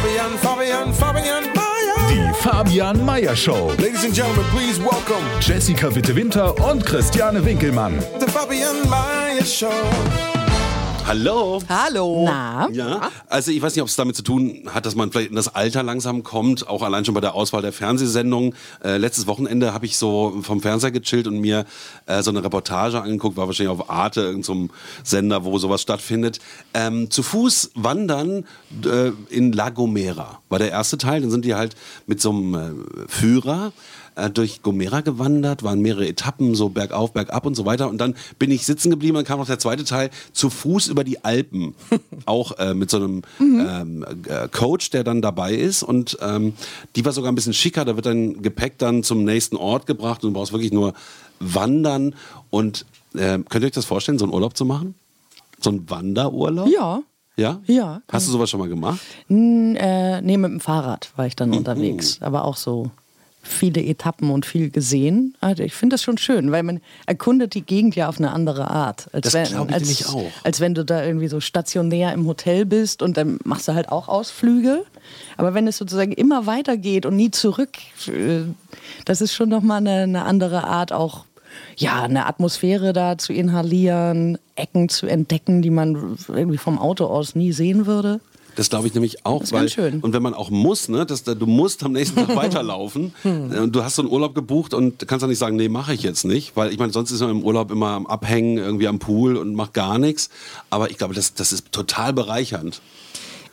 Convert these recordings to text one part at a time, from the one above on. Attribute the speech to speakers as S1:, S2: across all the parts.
S1: Fabian, Fabian, Fabian Mayer.
S2: Die Fabian Meyer Show.
S1: Ladies and gentlemen, please welcome
S2: Jessica Witte Winter und Christiane Winkelmann.
S1: the Fabian Mayer Show.
S3: Hallo.
S4: Hallo.
S5: Na?
S3: Ja, also ich weiß nicht, ob es damit zu tun hat, dass man vielleicht in das Alter langsam kommt, auch allein schon bei der Auswahl der Fernsehsendungen. Äh, letztes Wochenende habe ich so vom Fernseher gechillt und mir äh, so eine Reportage angeguckt, war wahrscheinlich auf Arte, irgendeinem Sender, wo sowas stattfindet. Ähm, zu Fuß wandern äh, in La Gomera war der erste Teil. Dann sind die halt mit so einem äh, Führer äh, durch Gomera gewandert, waren mehrere Etappen, so bergauf, bergab und so weiter. Und dann bin ich sitzen geblieben, dann kam noch der zweite Teil, zu Fuß über die Alpen. auch äh, mit so einem
S4: Mhm.
S3: ähm, äh, Coach, der dann dabei ist. Und ähm, die war sogar ein bisschen schicker, da wird dein Gepäck dann zum nächsten Ort gebracht und du brauchst wirklich nur wandern. Und äh, könnt ihr euch das vorstellen, so einen Urlaub zu machen? So einen Wanderurlaub?
S4: Ja.
S3: Ja?
S4: Ja.
S3: Hast du sowas schon mal gemacht?
S4: N, äh, nee, mit dem Fahrrad war ich dann
S3: Mhm.
S4: unterwegs. Aber auch so viele Etappen und viel gesehen. Also ich finde das schon schön, weil man erkundet die Gegend ja auf eine andere Art. Als
S3: Das glaub ich
S4: als,
S3: nämlich auch.
S4: Als wenn du da irgendwie so stationär im Hotel bist und dann machst du halt auch Ausflüge. Aber wenn es sozusagen immer weitergeht und nie zurück, äh, das ist schon nochmal eine, eine andere Art auch. Ja, eine Atmosphäre da zu inhalieren, Ecken zu entdecken, die man irgendwie vom Auto aus nie sehen würde.
S3: Das glaube ich nämlich auch.
S4: ist
S3: weil,
S4: ganz schön.
S3: Und wenn man auch muss, ne, dass, da- du musst am nächsten Tag weiterlaufen.
S6: Hm.
S3: Äh, Und du hast so einen Urlaub gebucht und kannst dann nicht sagen, nee, mache ich jetzt nicht. Weil ich meine, sonst ist man im Urlaub immer am Abhängen, irgendwie am Pool und macht gar nichts. Aber ich glaube, das, das ist total bereichernd.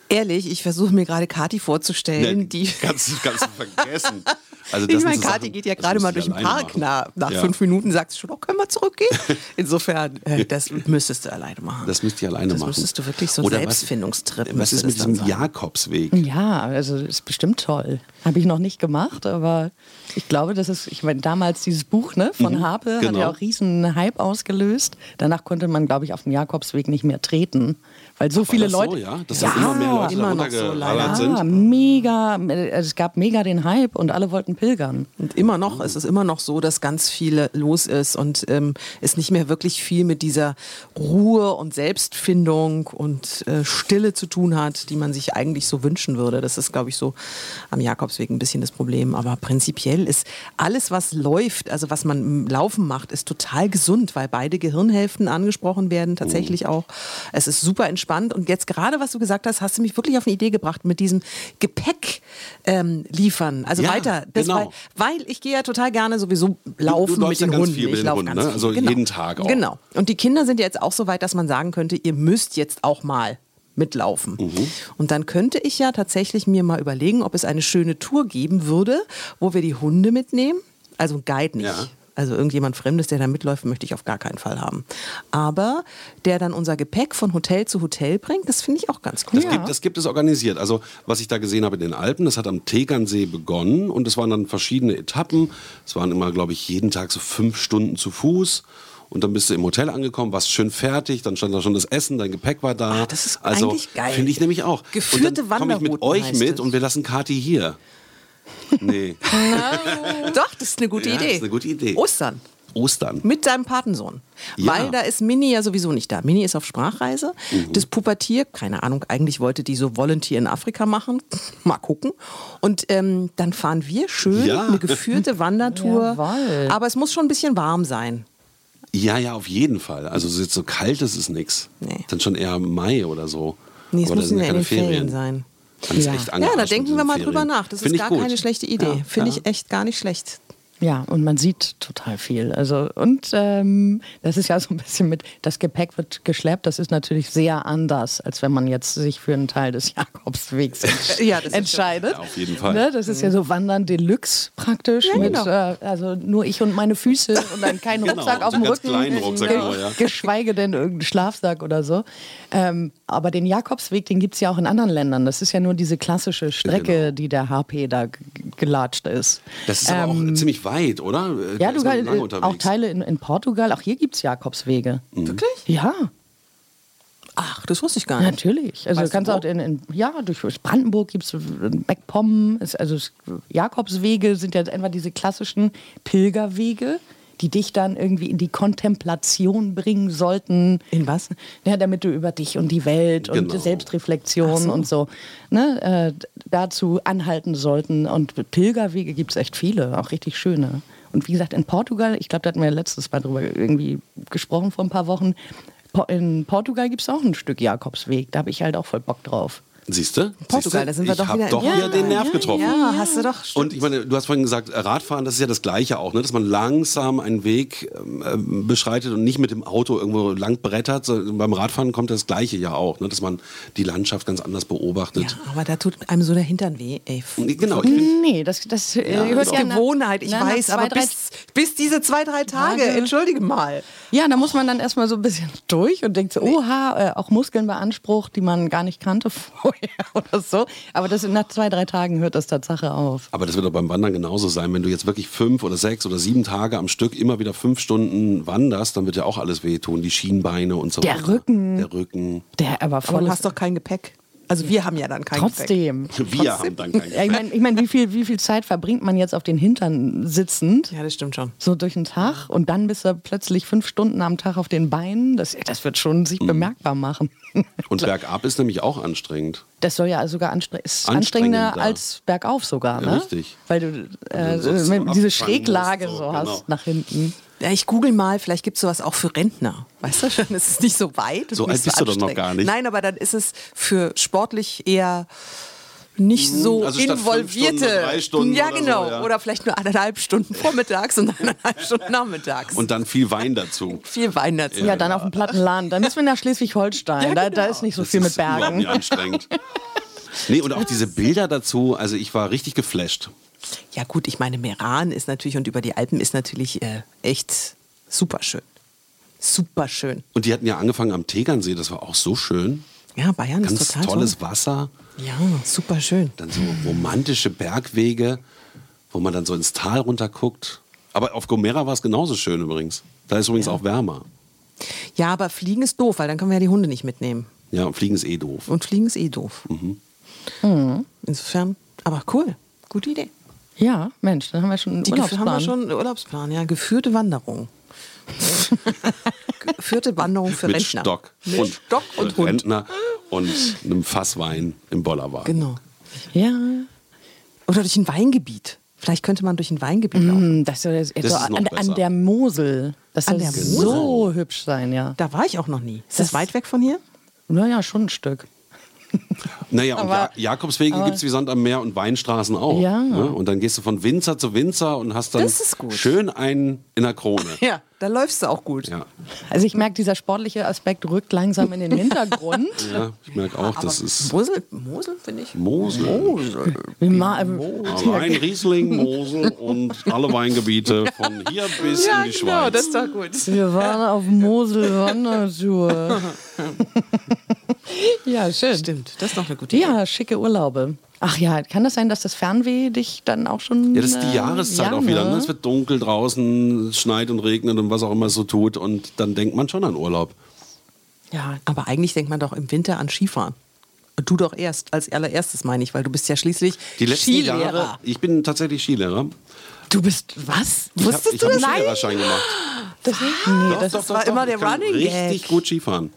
S6: Ehrlich, ich versuche mir gerade Kati vorzustellen,
S3: Nee,
S6: die.
S3: Ne, kannst, kannst du vergessen. Also das
S6: ich meine,
S3: sind so
S6: Kati
S3: Sachen,
S6: geht ja
S3: das
S6: gerade
S3: musst
S6: mal
S3: du
S6: durch den
S3: alleine
S6: Park.
S3: machen.
S6: Na, nach
S3: Ja.
S6: fünf Minuten sagt sie schon, oh, können wir zurückgehen? Insofern, äh, das müsstest du alleine machen.
S3: Das müsst ihr alleine
S6: das
S3: machen.
S6: müsstest du wirklich so ein
S3: Oder was-
S6: Selbstfindungstrip.
S3: Was
S6: müsste
S3: ist
S6: das
S3: mit
S6: dann
S3: diesem
S6: sein.
S3: Jakobsweg?
S4: Ja, also ist bestimmt toll. Habe ich noch nicht gemacht, aber ich glaube, das ist, ich meine, damals dieses Buch ne, von Harpe hat
S3: genau.
S4: ja auch riesen Hype ausgelöst. Danach konnte man, glaube ich, auf dem Jakobsweg nicht mehr treten, weil so viele
S3: das so,
S4: Leute.
S3: ja? Dass da immer mehr Leute da
S6: immer noch so,
S3: runtergeballert
S6: leider.
S4: Ja,
S3: sind?
S4: Ah, mega, also es gab mega den Hype und alle wollten pilgern.
S6: Und immer noch, es ist immer noch so, dass ganz viel los ist und ähm, es nicht mehr wirklich viel mit dieser Ruhe und Selbstfindung und äh, Stille zu tun hat, die man sich eigentlich so wünschen würde. Das ist, glaube ich, so am Jakobsweg ein bisschen das Problem. Aber prinzipiell ist alles, was läuft, also was man im Laufen macht, ist total gesund, weil beide Gehirnhälften angesprochen werden,
S3: Mhm.
S6: tatsächlich auch. Es ist super entspannt. Und jetzt gerade, was du gesagt hast, hast du mich wirklich auf eine Idee gebracht mit diesem Gepäck ähm, liefern. Also
S3: Ja,
S6: weiter. Das
S3: genau.
S6: war, weil ich gehe ja total gerne sowieso laufen
S3: läufst
S6: mit
S3: ja
S6: den
S3: ganz
S6: Hunden.
S3: viel mit
S6: ich
S3: den
S6: laufe
S3: Hunden,
S6: ganz
S3: ne?
S6: viel.
S3: Also
S6: genau.
S3: jeden Tag auch.
S6: Genau. Und die Kinder sind ja jetzt auch so weit, dass man sagen könnte, ihr müsst jetzt auch mal mitlaufen.
S3: Mhm.
S6: Und dann könnte ich ja tatsächlich mir mal überlegen, ob es eine schöne Tour geben würde, wo wir die Hunde mitnehmen. Also einen Guide nicht.
S3: Ja.
S6: Also irgendjemand Fremdes, der da mitläuft, möchte ich auf gar keinen Fall haben. Aber der dann unser Gepäck von Hotel zu Hotel bringt, das finde ich auch ganz cool.
S3: Das, gibt, das gibt es organisiert. Also, was ich da gesehen habe in den Alpen, das hat am Tegernsee begonnen und es waren dann verschiedene Etappen. Es waren immer, glaube ich, jeden Tag so fünf Stunden zu Fuß. Und dann bist du im Hotel angekommen, warst schön fertig, dann stand da schon das Essen, dein Gepäck war da.
S6: Ah, das ist
S3: also,
S6: eigentlich geil.
S3: Finde ich nämlich auch. und
S6: Geführte
S3: dann komme ich mit
S6: Wanderrouten
S3: euch
S6: heißt
S3: mit
S6: es.
S3: und wir lassen Kati hier. Nee.
S6: Doch, das ist eine gute
S3: Ja,
S6: Idee.
S3: das ist eine gute Idee.
S6: Ostern.
S3: Ostern.
S6: Mit deinem Patensohn.
S3: Ja. Mhm.
S6: Weil da ist Mini ja sowieso nicht da. Mini ist auf Sprachreise. Das Pubertier, keine Ahnung, eigentlich wollte die so Volunteer in Afrika machen. Mal gucken. Und ähm, dann fahren wir schön
S3: Ja.
S6: eine geführte Wandertour.
S4: Jawohl.
S6: Aber es muss schon ein bisschen warm sein.
S3: Ja, ja, auf jeden Fall. Also, es ist jetzt so kalt ist es nix.
S6: Nee.
S3: Dann schon eher Mai oder so.
S6: Nee, es
S3: Aber da
S6: müssen
S3: sind
S6: ja in
S3: keine
S6: den Ferien, sein.
S3: Man ist
S4: Ja.
S3: echt
S6: Ja,
S3: angearscht
S6: da
S3: mit
S6: denken wir
S3: diesen
S6: mal
S3: Ferien.
S6: drüber nach. Das
S3: Find
S6: ist
S3: ich
S6: gar
S3: gut.
S6: keine schlechte Idee.
S3: Ja,
S6: Finde
S3: ja.
S6: ich echt gar nicht schlecht.
S4: Ja, und man sieht total viel. Also, und ähm, das ist ja so ein bisschen mit, das Gepäck wird geschleppt, das ist natürlich sehr anders, als wenn man jetzt sich für einen Teil des Jakobswegs
S6: Ja, das ist
S4: entscheidet.
S3: schon- Ja, auf jeden Fall.
S4: Ne? Das ist ja so Wandern Deluxe praktisch.
S6: Ja,
S4: mit,
S6: genau.
S4: äh, also nur ich und meine Füße und dann kein
S3: Genau,
S4: Rucksack
S3: und
S4: auf
S3: so
S4: dem
S3: ganz
S4: Rücken.
S3: kleinen Rucksack
S4: Ge-
S3: nur, ja.
S4: Geschweige denn irgendeinen Schlafsack oder so. Ähm, aber den Jakobsweg, den gibt es ja auch in anderen Ländern. Das ist ja nur diese klassische Strecke,
S3: Genau.
S4: die der HP da g- gelatscht ist. Ähm,
S3: Das ist aber
S6: Ähm,
S3: auch ziemlich weit, oder? Äh, da
S4: Ja,
S3: ist
S4: du
S3: man
S4: kann,
S3: lange
S4: äh, auch
S3: unterwegs. Mhm.
S4: Teile in, in Portugal, auch hier gibt es Jakobswege.
S6: Wirklich?
S4: Ja,
S6: Ach, das wusste ich gar nicht.
S4: natürlich. Also
S6: Weißt
S4: du kannst
S6: du wo?
S4: auch in, in ja, durch Brandenburg gibt es Beckpommen, es- also es, Jakobswege sind ja einfach diese klassischen Pilgerwege, die dich dann irgendwie in die Kontemplation bringen sollten.
S6: In was?
S4: Ja, damit du über dich und die Welt und
S3: Genau.
S4: die Selbstreflexion und so ne, äh, dazu anhalten sollten. Und Pilgerwege gibt es echt viele, auch richtig schöne. Und wie gesagt, in Portugal, ich glaube, da hatten wir letztes Mal drüber irgendwie gesprochen vor ein paar Wochen. Po- In Portugal gibt es auch ein Stück Jakobsweg, da habe ich halt auch voll Bock drauf.
S3: Siehst du?
S6: Portugal, da sind wir
S3: ich
S6: doch
S3: hab
S6: wieder in
S3: doch wieder
S6: Portugal.
S3: den Nerv getroffen.
S6: Ja, hast du doch.
S3: Und ich meine, du hast vorhin gesagt, äh, Radfahren, das ist ja das Gleiche auch, ne? dass man langsam einen Weg ähm, ähm, beschreitet und nicht mit dem Auto irgendwo lang brettert. sondern Beim Radfahren kommt das Gleiche ja auch, ne? dass man die Landschaft ganz anders beobachtet.
S6: ja, aber da tut einem so der Hintern weh, ey.
S3: Nee, Genau, ich Also find,
S4: Nee, das, das äh,
S6: Ja, genau.
S4: hört
S6: ist
S4: ja nach-
S6: Gewohnheit, ich
S4: na, nach
S6: weiß,
S4: zwei,
S6: aber
S4: drei
S6: bis, bis diese zwei, drei
S4: Tage.
S6: Tage, entschuldige mal.
S4: Ja, da muss man dann erstmal so ein bisschen durch und denkt so, oha, äh, auch Muskeln beansprucht, die man gar nicht kannte vorher oder so. Aber das nach zwei, drei Tagen hört das Tatsache auf.
S3: aber das wird doch beim Wandern genauso sein. Wenn du jetzt wirklich fünf oder sechs oder sieben Tage am Stück immer wieder fünf Stunden wanderst, dann wird ja auch alles wehtun. Die Schienbeine und so
S4: Der
S3: weiter.
S4: Rücken.
S3: Der Rücken.
S4: Der aber
S6: Genau. Aber
S4: voll
S6: du hast doch kein Gepäck. Also wir haben ja dann kein Gepäck.
S4: trotzdem.
S3: Wir haben dann kein
S4: Ja, ich meine, ich mein, wie, viel, wie viel Zeit verbringt man jetzt auf den Hintern sitzend?
S6: Ja, das stimmt schon.
S4: So durch den Tag und dann bist du plötzlich fünf Stunden am Tag auf den Beinen. Das, das wird schon sich bemerkbar machen.
S3: Mhm. Und bergab ist nämlich auch anstrengend.
S4: Das soll ja also sogar anstre ist
S3: Anstrengender.
S4: anstrengender als bergauf sogar,
S3: Ja,
S4: ne?
S3: richtig.
S4: Weil du äh,
S3: Weil du sonst so
S4: mit- diese
S3: abfangen
S4: Schräglage
S3: musst,
S4: so,
S3: so, genau.
S4: hast nach hinten.
S6: Ja, ich google mal, vielleicht gibt es sowas auch für Rentner. Weißt du schon, es ist nicht so weit. und
S3: So
S6: nicht
S3: alt bist du doch noch
S6: anstrengend.
S3: gar nicht.
S6: Nein, aber dann ist es für sportlich eher nicht so
S3: also statt fünf
S6: involvierte.
S3: Stunden, drei Stunden
S6: ja,
S3: oder
S6: genau.
S3: so, ja.
S6: Oder vielleicht nur eineinhalb Stunden vormittags und eineinhalb Stunden nachmittags.
S3: Und dann viel Wein dazu.
S6: viel Wein dazu.
S4: Ja, dann auf dem platten Land. Dann müssen wir nach Schleswig-Holstein. da, da
S6: genau.
S4: ist nicht so viel mit
S3: überhaupt
S4: Bergen.
S3: nicht anstrengend. Nee, und auch diese Bilder dazu, also ich war richtig geflasht.
S6: Ja gut, ich meine, Meran ist natürlich und über die Alpen ist natürlich äh, echt super schön. Super schön.
S3: Und die hatten ja angefangen am Tegernsee, das war auch so schön.
S6: Ja, Bayern
S3: Ganz
S6: ist total
S3: tolles
S6: toll.
S3: Wasser,
S6: Ja, super schön.
S3: dann so romantische Bergwege, wo man dann so ins Tal runterguckt. Aber auf Gomera war es genauso schön übrigens. Da ist übrigens auch wärmer.
S6: Ja, aber fliegen ist doof, weil dann können wir ja die Hunde nicht mitnehmen.
S3: Ja, und Fliegen ist eh doof.
S6: Und fliegen ist eh doof.
S3: Mhm.
S4: Mhm.
S6: Insofern, aber cool. Gute Idee.
S4: Ja, Mensch, dann haben wir schon einen
S6: Die Gefühl- haben wir
S4: Urlaubsplan.
S6: schon einen Urlaubsplan, ja. Geführte Wanderung. Geführte Wanderung für
S3: Mit
S6: Rentner.
S3: Stock
S6: Mit
S3: und,
S6: Stock und Hund.
S3: Rentner und einem Fass Wein im Bollerwagen.
S6: Genau.
S4: Ja,
S6: Oder durch ein Weingebiet. Vielleicht könnte man durch ein Weingebiet laufen.
S4: Hm, das soll jetzt
S3: Das
S4: so
S3: ist noch
S4: an,
S3: besser.
S4: an der Mosel. Das soll
S6: An der
S4: so hübsch sein, ja.
S6: Da war ich auch noch nie. Ist das,
S4: Das-
S6: weit weg von hier?
S4: Naja, schon ein Stück.
S3: Naja, und
S4: Aber-
S3: ja Jakobswege gibt es wie Sand am Meer und Weinstraßen auch.
S4: Ja.
S3: Ne? Und dann gehst du von Winzer zu Winzer und hast dann
S6: Das ist gut.
S3: schön einen in der Krone.
S6: Ja, da läufst du auch gut.
S3: ja.
S4: Also ich merke, dieser sportliche Aspekt rückt langsam in den Hintergrund.
S3: ja, ich merke auch, das ist
S6: Mosel, Mosel finde ich.
S3: Mosel. Mosel.
S4: Wir ma- ähm,
S3: Allein Riesling, Mosel und alle Weingebiete von hier bis in die Schweiz.
S6: genau, ist doch gut.
S4: Wir waren auf Mosel-Wandertour. ja, schön.
S6: Stimmt, das ist noch eine gute Idee.
S4: Ja, schicke Urlaube. Ach ja, kann das sein, dass das Fernweh dich dann auch schon.
S3: ja, das ist
S4: äh,
S3: die Jahreszeit
S4: ja,
S3: auch wieder. Ne?
S4: ne?
S3: Es wird dunkel draußen, es schneit und regnet und was auch immer es so tut. Und dann denkt man schon an Urlaub.
S6: Ja, aber eigentlich denkt man doch im Winter an Skifahren. Und du doch erst, als allererstes meine ich, weil du bist ja schließlich
S3: Die letzten
S6: Skilehrer.
S3: Jahre, ich bin tatsächlich Skilehrer.
S4: Du bist was?
S3: Ich habe
S4: Wusstest
S3: ich
S4: du
S3: hab
S4: das?
S3: einen Skilehrerschein gemacht.
S4: Das, nee, das,
S6: doch, war immer
S3: ich
S6: der
S3: kann
S6: Running
S3: richtig
S6: Gag.
S3: gut Skifahren.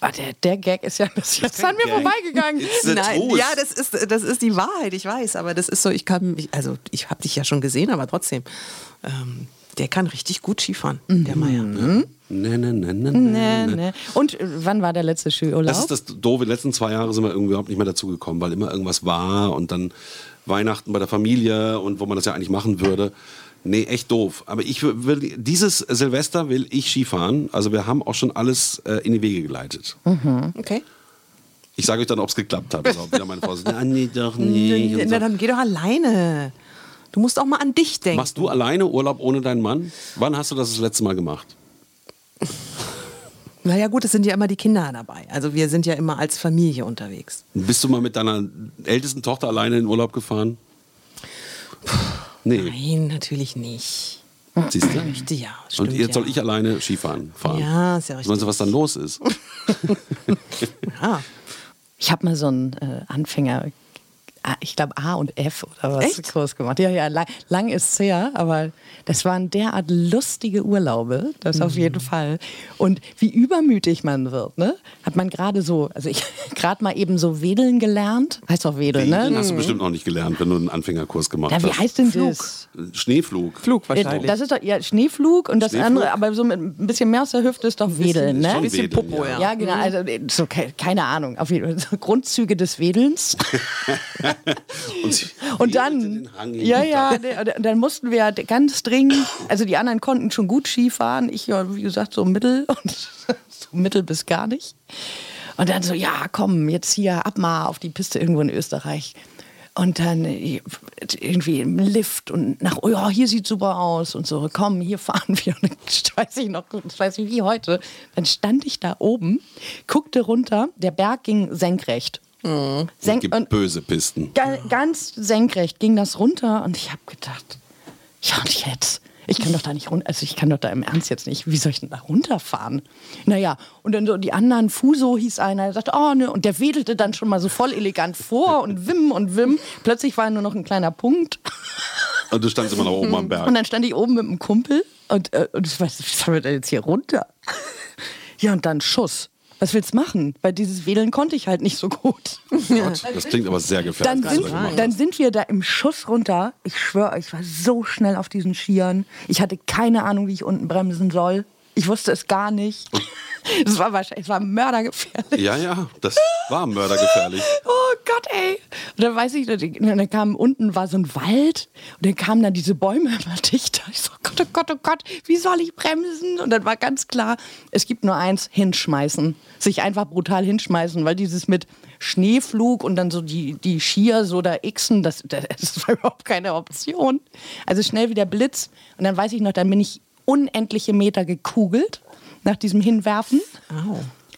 S4: ah, der, der Gag ist ja ein bisschen
S3: ist kein
S4: an mir
S3: Gag.
S4: vorbeigegangen.
S3: It's the
S6: Nein,
S3: truth.
S6: ja, das ist, das ist die Wahrheit, ich weiß, aber das ist so, ich kann mich, also ich habe dich ja schon gesehen, aber trotzdem, ähm, der kann richtig gut Skifahren,
S3: Mhm.
S6: der Meier.
S3: Ne, ne, ne, ne, ne,
S4: Nee,
S3: ne.
S4: nee. Und äh, wann war der letzte Skiurlaub?
S3: Das ist das Doofe. Die letzten zwei Jahre sind wir irgendwie überhaupt nicht mehr dazu gekommen, weil immer irgendwas war und dann Weihnachten bei der Familie und wo man das ja eigentlich machen würde. Nee, echt doof. Aber ich will, will- dieses Silvester will ich Skifahren. Also wir haben auch schon alles äh, in die Wege geleitet.
S6: Okay.
S3: Ich sage euch dann, ob es geklappt hat. Mhm. Das ist auch wieder meine Frau sagt, "Na, nee, doch nicht. Und
S6: Na,
S3: so.
S6: dann geh doch alleine. Du musst auch mal an dich denken.
S3: Machst du alleine Urlaub ohne deinen Mann? Wann hast du das das letzte Mal gemacht?
S6: Naja gut, es sind ja immer die Kinder dabei. Also wir sind ja immer als Familie unterwegs.
S3: Bist du mal mit deiner ältesten Tochter alleine in Urlaub gefahren? Nee,
S6: Nein, natürlich nicht.
S3: siehst du?
S6: Richtig, ja. Stimmt,
S3: Und jetzt
S6: ja.
S3: soll ich alleine Skifahren fahren.
S6: Ja, ist ja
S3: Weißt du, was dann los ist?
S6: Ah,
S4: Ich habe mal so einen äh, Anfänger, A- ich glaube A und F oder was
S6: Echt?
S4: Kurs gemacht. Ja, ja, lang, lang ist her, aber das waren derart lustige Urlaube, das
S3: Mhm.
S4: auf jeden Fall. Und wie übermütig man wird, ne? Hat man gerade so, also ich gerade mal eben so wedeln gelernt, heißt doch wedeln,
S3: Den
S4: ne?
S3: hast du bestimmt noch nicht gelernt, wenn du einen Anfängerkurs gemacht
S4: Ja, wie
S3: hast.
S4: heißt denn das?
S3: Schneeflug.
S6: klug wahrscheinlich.
S4: Das ist doch ja, Schneeflug und das
S3: Schneeflug?
S4: andere, aber so mit ein bisschen mehr aus der Hüfte ist doch Wedeln,
S3: ist
S4: ne?
S3: schon Bisschen Wedeln,
S6: Popo, ja.
S4: ja. genau. Also, so, ke- keine Ahnung. Auf jeden Fall. so Grundzüge des Wedelns.
S3: Und sie wedelte
S4: Und dann,
S3: den Hang
S4: ja,
S3: hinunter.
S4: ja, d- d- dann mussten wir ganz dringend, also die anderen konnten schon gut Skifahren, ich ja, wie gesagt, so mittel und so mittel bis gar nicht. Und dann so, ja, komm, jetzt hier ab mal auf die Piste irgendwo in Österreich. Und dann äh, irgendwie im Lift und nach, oh ja, hier sieht super aus und so, komm, hier fahren wir. Und das weiß ich noch, das weiß ich wie heute. Dann stand ich da oben, guckte runter, der Berg ging senkrecht.
S3: Es
S4: Senk
S3: gibt
S4: und
S3: böse Pisten.
S4: Ga ganz senkrecht ging das runter und ich habe gedacht, ja und jetzt? Ich kann doch da nicht runter, also ich kann doch da im Ernst jetzt nicht, wie soll ich denn da runterfahren? Naja, und dann so die anderen, Fuso hieß einer, der sagte, oh ne, und der wedelte dann schon mal so voll elegant vor und Wim und Wim. Plötzlich war nur noch ein kleiner Punkt.
S3: Und du standst immer noch oben am Berg.
S4: Und dann stand ich oben mit einem Kumpel und, äh, und ich weiß, wie fahren wir denn jetzt hier runter? ja, und dann Schuss. Was willst du machen? Weil dieses Wedeln konnte ich halt nicht so gut.
S3: Das klingt aber sehr gefährlich.
S4: Dann
S3: was du
S4: sind,
S3: da gemacht hast.
S4: dann sind wir da im Schuss runter. Ich schwöre euch, ich war so schnell auf diesen Skiern. Ich hatte keine Ahnung, wie ich unten bremsen soll. Ich wusste es gar nicht. Es war wahrscheinlich, es war mördergefährlich.
S3: ja, ja, das war mördergefährlich.
S4: Oh Gott, ey. Und dann weiß ich, dann dann kam unten war so ein Wald und dann kamen dann diese Bäume immer dichter. Ich so, Gott, oh Gott, oh Gott, wie soll ich bremsen? Und dann war ganz klar, es gibt nur eins, hinschmeißen. Sich einfach brutal hinschmeißen, weil dieses mit Schneeflug und dann so die, die Skiers oder Xen, das, das war überhaupt keine Option. Also schnell wie der Blitz. Und dann weiß ich noch, dann bin ich unendliche Meter gekugelt nach diesem Hinwerfen.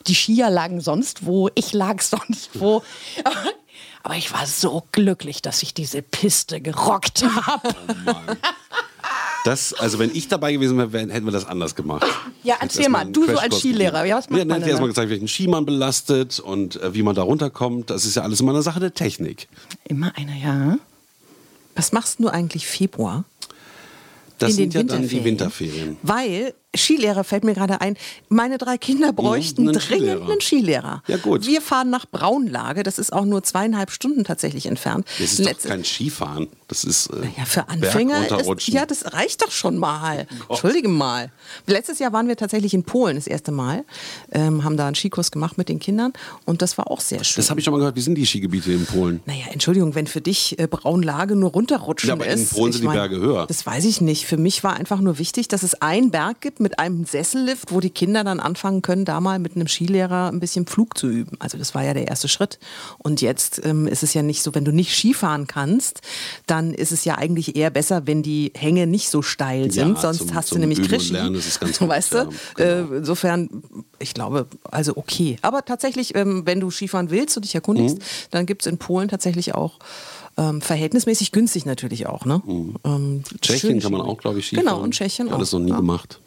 S4: Die Skier lagen sonst wo, ich lag sonst wo. Aber, aber ich war so glücklich, dass ich diese Piste gerockt habe.
S3: Das, also wenn ich dabei gewesen wäre, wär- hätten wir das anders gemacht.
S4: Ja,
S3: Jetzt
S4: erzähl
S3: erstmal
S4: mal,
S3: einen
S4: du so als
S3: Crashkurs
S4: Skilehrer,
S3: gegeben.
S4: ja, was
S3: ja,
S4: macht man
S3: dann hat
S4: denn
S3: erstmal
S4: da?
S3: gezeigt, welchen Ski man belastet und äh, wie man da runterkommt. Das ist ja alles immer eine Sache der Technik.
S4: Immer einer, ja.
S6: Was machst du eigentlich Februar?
S3: Das
S6: in den
S3: sind ja dann
S6: Winterferien.
S3: die Winterferien.
S6: Weil, Skilehrer fällt mir gerade ein, meine drei Kinder bräuchten
S3: Mhm, einen
S6: dringend
S3: Skilehrer.
S6: einen Skilehrer.
S3: Ja, gut.
S6: Wir fahren nach Braunlage, das ist auch nur zweieinhalb Stunden tatsächlich entfernt.
S3: Das ist doch
S6: Letzte-
S3: kein Skifahren. Das ist äh,
S6: ja, für Anfänger ist,
S3: Bergunterrutschen.
S6: ja, das reicht doch schon
S3: Oh
S6: mal. Entschuldige mal. Letztes Jahr waren wir tatsächlich in Polen das erste Mal, ähm, haben da einen Skikurs gemacht mit den Kindern und das war auch sehr schön.
S3: das habe ich schon mal gehört. Wie sind die Skigebiete in Polen?
S6: Naja, Entschuldigung, wenn für dich äh, Braunlage nur runterrutschen
S3: Ja, aber in
S6: ist.
S3: Polen sind
S6: ich
S3: die Berge höher.
S6: Das weiß ich nicht. Für mich war einfach nur wichtig, dass es einen Berg gibt mit einem Sessellift, wo die Kinder dann anfangen können, da mal mit einem Skilehrer ein bisschen Flug zu üben. Also das war ja der erste Schritt. Und jetzt ähm, ist es ja nicht so, wenn du nicht Skifahren kannst, dann ist es ja eigentlich eher besser, wenn die Hänge nicht so steil sind. Sonst
S3: zum-
S6: hast
S3: zum
S6: du nämlich
S3: Üben und
S6: Krischi.
S3: Lernen ist es ganz gut,
S6: weißt
S3: ja, genau.
S6: du? Äh, insofern, ich glaube, also okay. Aber tatsächlich, ähm, wenn du Skifahren willst und dich
S3: Mhm.
S6: erkundigst, dann gibt es in Polen tatsächlich auch ähm, verhältnismäßig günstig natürlich auch. Ne? Ähm,
S3: Mhm. Tschechien
S6: schöne
S3: kann man
S6: Skifahren.
S3: auch, glaube ich, Skifahren.
S6: Genau, und Tschechien auch.
S3: Alles noch nie
S6: ja.
S3: gemacht.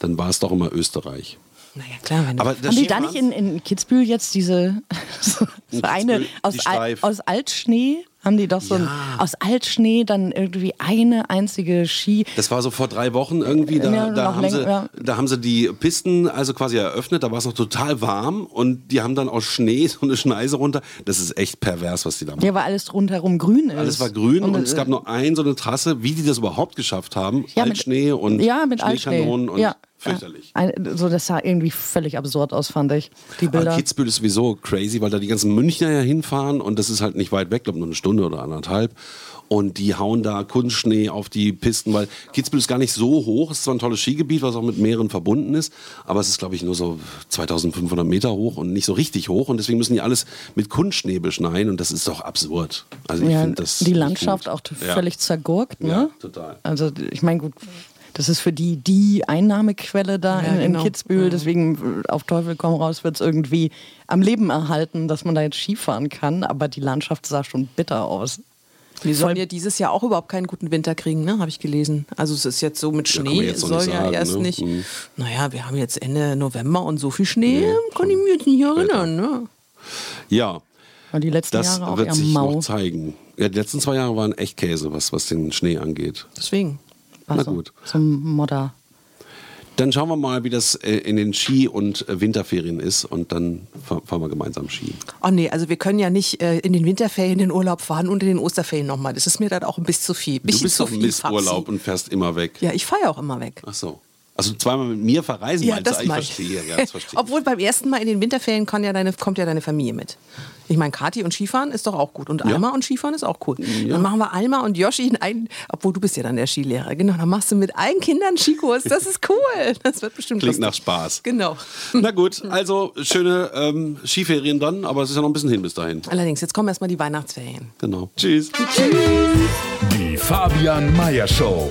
S3: Dann war es doch immer Österreich.
S6: Naja, klar, wenn du
S3: Aber das
S4: Genau. Haben die da
S3: Skifahren-
S4: nicht in, in Kitzbühel jetzt diese so, so
S3: Kitzbühel,
S4: eine
S3: die
S4: aus, Al
S3: Steif.
S4: aus Altschnee? Haben die doch so ein, aus Altschnee dann irgendwie eine einzige Ski.
S3: Das war so vor drei Wochen irgendwie, da,
S4: Äh, Ja, noch
S3: da, haben,
S4: länger,
S3: sie,
S4: ja.
S3: da haben sie die Pisten also quasi eröffnet, da war es noch total warm und die haben dann aus Schnee so eine Schneise runter. Das ist echt pervers, was die da machen.
S4: Ja, weil alles rundherum grün ist.
S3: Alles war grün und,
S4: äh,
S3: es gab nur ein so eine Trasse, wie die das überhaupt geschafft haben.
S4: Ja, mit-
S3: Altschnee und
S4: ja, mit Altschnee.
S3: Schneekanonen und
S4: Ja.
S3: Fürchterlich.
S4: Ein, so, das sah irgendwie völlig absurd aus, fand ich. Die
S3: Aber
S4: Bilder.
S3: Kitzbühel ist sowieso crazy, weil da die ganzen Münchner ja hinfahren und das ist halt nicht weit weg, glaube nur eine Stunde oder anderthalb. Und die hauen da Kunstschnee auf die Pisten, weil Kitzbühel ist gar nicht so hoch. Es ist zwar ein tolles Skigebiet, was auch mit Meeren verbunden ist, aber es ist, glaube ich, nur so 2500 Meter hoch und nicht so richtig hoch. Und deswegen müssen die alles mit Kunstschnee beschneien und das ist doch absurd. Also ich
S4: ja,
S3: finde das.
S4: die
S3: nicht
S4: Landschaft
S3: gut.
S4: auch t-
S3: Ja.
S4: völlig zergurkt, ne?
S3: Ja, total.
S4: Also ich meine, gut, das ist für die die Einnahmequelle da in, in
S6: genau.
S4: Kitzbühel, deswegen äh, auf Teufel komm raus wird es irgendwie am Leben erhalten, dass man da jetzt Skifahren kann, aber die Landschaft sah schon bitter aus.
S6: Wir sollen ja dieses Jahr auch überhaupt keinen guten Winter kriegen, ne? habe ich gelesen. Also es ist jetzt so mit
S3: kann man
S6: Schnee,
S3: jetzt noch
S6: soll
S3: nicht
S6: ja
S3: sagen,
S6: erst
S3: ne?
S6: nicht.
S3: Mhm.
S6: Naja, wir haben jetzt Ende November und so viel Schnee, kann ich mir jetzt nicht erinnern. Ne?
S3: Ja,
S4: Weil die letzten
S3: das
S4: Jahre auch
S3: wird
S4: eher
S3: sich
S4: mau.
S3: noch zeigen. Ja, die letzten zwei Jahre waren echt Käse, was, was den Schnee angeht.
S6: Deswegen.
S4: War
S3: Na
S4: so-
S3: gut.
S4: Zum Modder.
S3: Dann schauen wir mal, wie das äh, in den Ski- und äh, Winterferien ist und dann fa- fahren wir gemeinsam Ski.
S6: Oh nee, also wir können ja nicht äh, in den Winterferien in den Urlaub fahren und in den Osterferien nochmal. Das ist mir dann auch ein bisschen zu viel.
S3: Du
S6: Bisschen
S3: bist
S6: zu
S3: doch
S6: viel,
S3: Missurlaub
S6: Fabsi.
S3: und fährst immer weg.
S6: Ja, ich fahre ja auch immer weg.
S3: Ach so. Also zweimal mit mir verreisen meinst du? Ah,
S6: meine
S3: Ich verstehe, ja, das verstehe.
S6: Obwohl beim ersten Mal in den Winterferien kann ja deine, kommt ja deine Familie mit. Ich meine, Kati und Skifahren ist doch auch gut. Und Alma und Skifahren ist auch cool. Dann machen wir Alma und Joschi in einen, obwohl du bist ja dann der Skilehrer. Genau, dann machst du mit allen Kindern Skikurs. Das ist cool. Das wird bestimmt
S3: Klingt
S6: lustig.
S3: nach Spaß.
S6: Genau.
S3: Na gut, also schöne ähm, Skiferien dann, aber es ist ja noch ein bisschen hin bis dahin.
S6: Allerdings, jetzt kommen erstmal die Weihnachtsferien.
S3: Genau. Tschüss.
S2: Die Fabian Meyer Show.